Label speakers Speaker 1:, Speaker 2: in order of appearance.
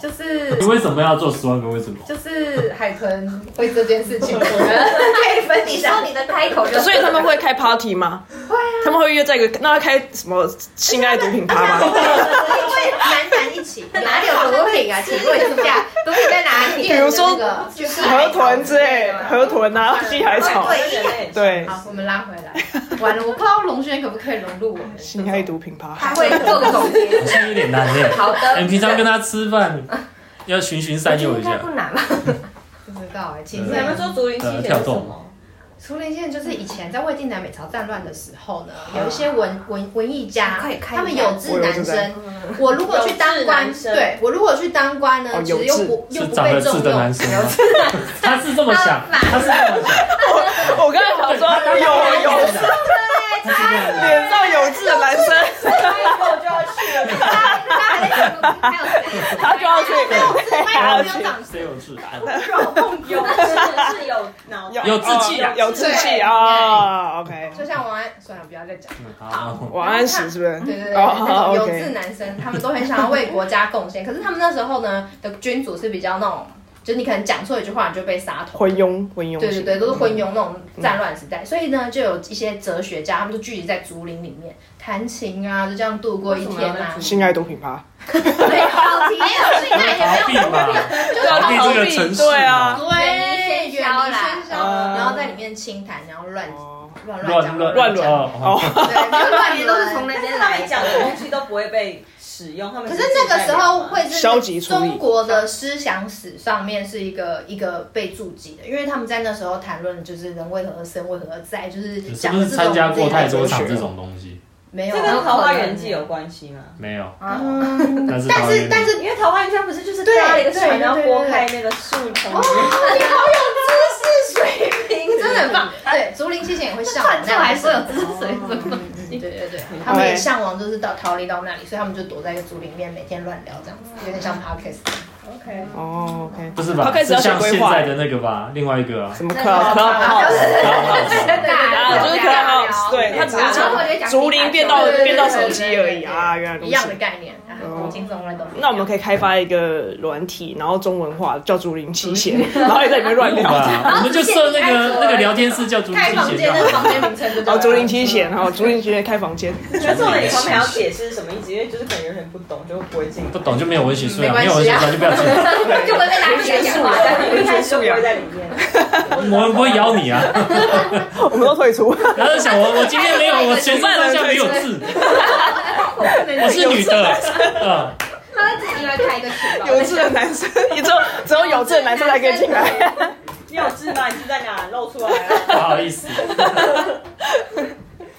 Speaker 1: 就是
Speaker 2: 你为什么要做十万个为什么？
Speaker 1: 就是海豚会这件事情，我们可以分
Speaker 3: 你
Speaker 1: 享
Speaker 3: 说。你的开口就
Speaker 4: 所以他们会开 party 吗？会啊。他们会约在一个，那会开什么性爱毒品趴吗？
Speaker 3: 男男一起，
Speaker 1: 哪里有毒品啊？请问一下，毒品在哪里？
Speaker 4: 比如说
Speaker 1: 那个
Speaker 4: 河豚之类，河豚啊，西海草，
Speaker 3: 对，
Speaker 4: 对，
Speaker 1: 好，我们拉回来。完了，我不知道龙轩可不可以融入我 们。
Speaker 4: 性爱毒品趴。
Speaker 3: 还会做个总结。
Speaker 2: 好像有点难嘞。
Speaker 3: 好的
Speaker 2: 哎你平常跟他吃饭，要循循善诱
Speaker 3: 应
Speaker 2: 一
Speaker 3: 该
Speaker 2: 下。
Speaker 3: 不难吧？
Speaker 1: 不知道哎，请
Speaker 2: 对
Speaker 5: 你们说竹林七贤是什么？
Speaker 1: 竹林县就是以前在魏晋南北朝战乱的时候呢，
Speaker 4: 啊
Speaker 1: 有一些文文文艺家
Speaker 3: 快，开一下
Speaker 1: 他们有志男生。
Speaker 2: 嗯
Speaker 1: 我如果去当
Speaker 5: 有
Speaker 1: 官，
Speaker 5: 志男生
Speaker 1: 对我如果去当官呢，
Speaker 4: 哦
Speaker 1: 其实
Speaker 4: 有
Speaker 1: 又
Speaker 4: 志
Speaker 1: 不又
Speaker 2: 是
Speaker 1: 不
Speaker 2: 长
Speaker 1: 被
Speaker 2: 了
Speaker 1: 重
Speaker 2: 痣的
Speaker 1: 用
Speaker 2: 男。生吗？ 他是这么想，他是这么想，
Speaker 4: 我刚才想说有有
Speaker 2: 他是这样想。
Speaker 4: 脸上有痣的男生，
Speaker 5: 我就要去了。
Speaker 1: 还有谁
Speaker 4: 他就要去，
Speaker 1: 还
Speaker 4: 他
Speaker 1: 有
Speaker 4: 要
Speaker 1: 志
Speaker 4: 去，
Speaker 2: 谁有痣？
Speaker 5: 有是是有脑
Speaker 2: 有志气啊！
Speaker 4: 有志气啊。OK，
Speaker 1: 就像王安，算了，不要再讲。
Speaker 2: 嗯好，
Speaker 4: 晚安时是不是？
Speaker 1: 对对对，
Speaker 4: 哦
Speaker 1: 那种有志
Speaker 4: ，OK，
Speaker 1: 男生，他们都很想要为国家贡献。可是他们那时候呢的君主是比较那种，就是你可能讲错一句话，你就被杀头。
Speaker 4: 昏庸昏庸。嗯
Speaker 1: 对对对，都是昏庸那种战乱时代，所以呢，就有一些哲学家，他们就聚集在竹林里面弹琴啊，就这样度过一天啊。
Speaker 4: 性爱毒品趴，
Speaker 1: 没有好哦题，没有性爱，也
Speaker 2: 逃
Speaker 1: 没
Speaker 2: 避啊
Speaker 1: 有
Speaker 2: 嘛，逃避这个城市
Speaker 4: 对啊
Speaker 2: 嘛，
Speaker 1: 对，远离喧嚣，
Speaker 4: 啊
Speaker 1: 然后在里面清谈，然后乱
Speaker 4: 哦，
Speaker 1: 乱
Speaker 2: 乱
Speaker 1: 乱
Speaker 2: 乱
Speaker 1: 讲
Speaker 4: 乱
Speaker 2: 伦
Speaker 4: 伦
Speaker 2: 哦，
Speaker 1: 对，没有 乱伦
Speaker 3: 都是从。那边
Speaker 5: 他
Speaker 3: 来
Speaker 5: 们讲的东西都不会被使用，他们
Speaker 1: 可是那个时候会
Speaker 4: 消极
Speaker 1: 是
Speaker 4: 处理
Speaker 1: 中国的思想史上面是一个一个被注记的，因为他们在那时候谈论就是人为何而生，为何而在，就是
Speaker 2: 你是
Speaker 1: 讲
Speaker 2: 不
Speaker 1: 的
Speaker 2: 是
Speaker 1: 这种
Speaker 2: 参加过太多场
Speaker 4: 这
Speaker 2: 这
Speaker 4: 种
Speaker 2: 种东西？
Speaker 1: 没有啊
Speaker 5: 这跟《桃花源记》有关系吗？
Speaker 2: 没
Speaker 1: 哦
Speaker 2: 有，
Speaker 3: 嗯，
Speaker 2: 但是
Speaker 1: 但是但是
Speaker 5: 因为《桃花源记》不是就是
Speaker 1: 对
Speaker 5: 搭了一个船，
Speaker 1: 对
Speaker 5: 然后
Speaker 1: 对
Speaker 5: 拨
Speaker 1: 对
Speaker 5: 开那个树丛，
Speaker 1: 知识水平真的很棒。 对，竹林七贤也会向往
Speaker 3: 串
Speaker 1: 那
Speaker 3: 就
Speaker 1: 样
Speaker 3: 还
Speaker 1: 子
Speaker 3: 说有知水准。
Speaker 1: 对对对，他们也向往就是到逃离到那里，所以他们就躲在一个竹林里面，每天乱聊这样子，有点像 podcast。
Speaker 5: OK，
Speaker 4: 哦，OK，
Speaker 2: 不是
Speaker 4: 他
Speaker 2: 吧？
Speaker 4: 开始
Speaker 2: 是
Speaker 4: 要写
Speaker 2: 像
Speaker 4: 规
Speaker 2: 现
Speaker 4: 划
Speaker 2: 在的那个吧，另外一 个啊，
Speaker 4: 什么 club club 啊，就是 club house，对，它只是从竹林变到变到手机而已啊，原来如
Speaker 1: 一样的
Speaker 4: 此。
Speaker 1: 概念，啊，很轻松的东西。
Speaker 4: 那我们可以开发一个软体，然后中文化叫竹林七贤，然后也在里面乱
Speaker 2: 对啊
Speaker 4: 聊，然
Speaker 1: 哦
Speaker 2: 吧？我们就设那
Speaker 1: 然后
Speaker 2: 个那个聊天室叫竹林
Speaker 1: 开
Speaker 2: 七
Speaker 1: 房
Speaker 2: 贤
Speaker 1: 间，
Speaker 2: 就
Speaker 1: 那
Speaker 2: 好
Speaker 1: 房
Speaker 2: 了。
Speaker 1: 间名称就
Speaker 4: 后哦竹林七贤，然后竹林七贤开房间，
Speaker 5: 那重点他们还要解释是什么意思，因为就是可能有人不懂，就不会进。
Speaker 2: 不懂就没有文学素养，
Speaker 1: 没
Speaker 2: 没有
Speaker 1: 关
Speaker 2: 文
Speaker 1: 系
Speaker 2: 学
Speaker 1: 啊
Speaker 2: 素养就不要进来。
Speaker 1: 就会被拿去讲话。
Speaker 5: 一开始就不会在里面。
Speaker 2: 我们不会咬你啊！
Speaker 4: 我们都退出。
Speaker 2: 然后就想我我今天没有，我全身上下没有痣，我是女的，嗯，
Speaker 3: 他自己会开一个群
Speaker 4: 有志的男 生，也只有只有有志的男生才可以进来。
Speaker 5: 你有痣吗？你是在哪露出来了？
Speaker 2: 不好意思，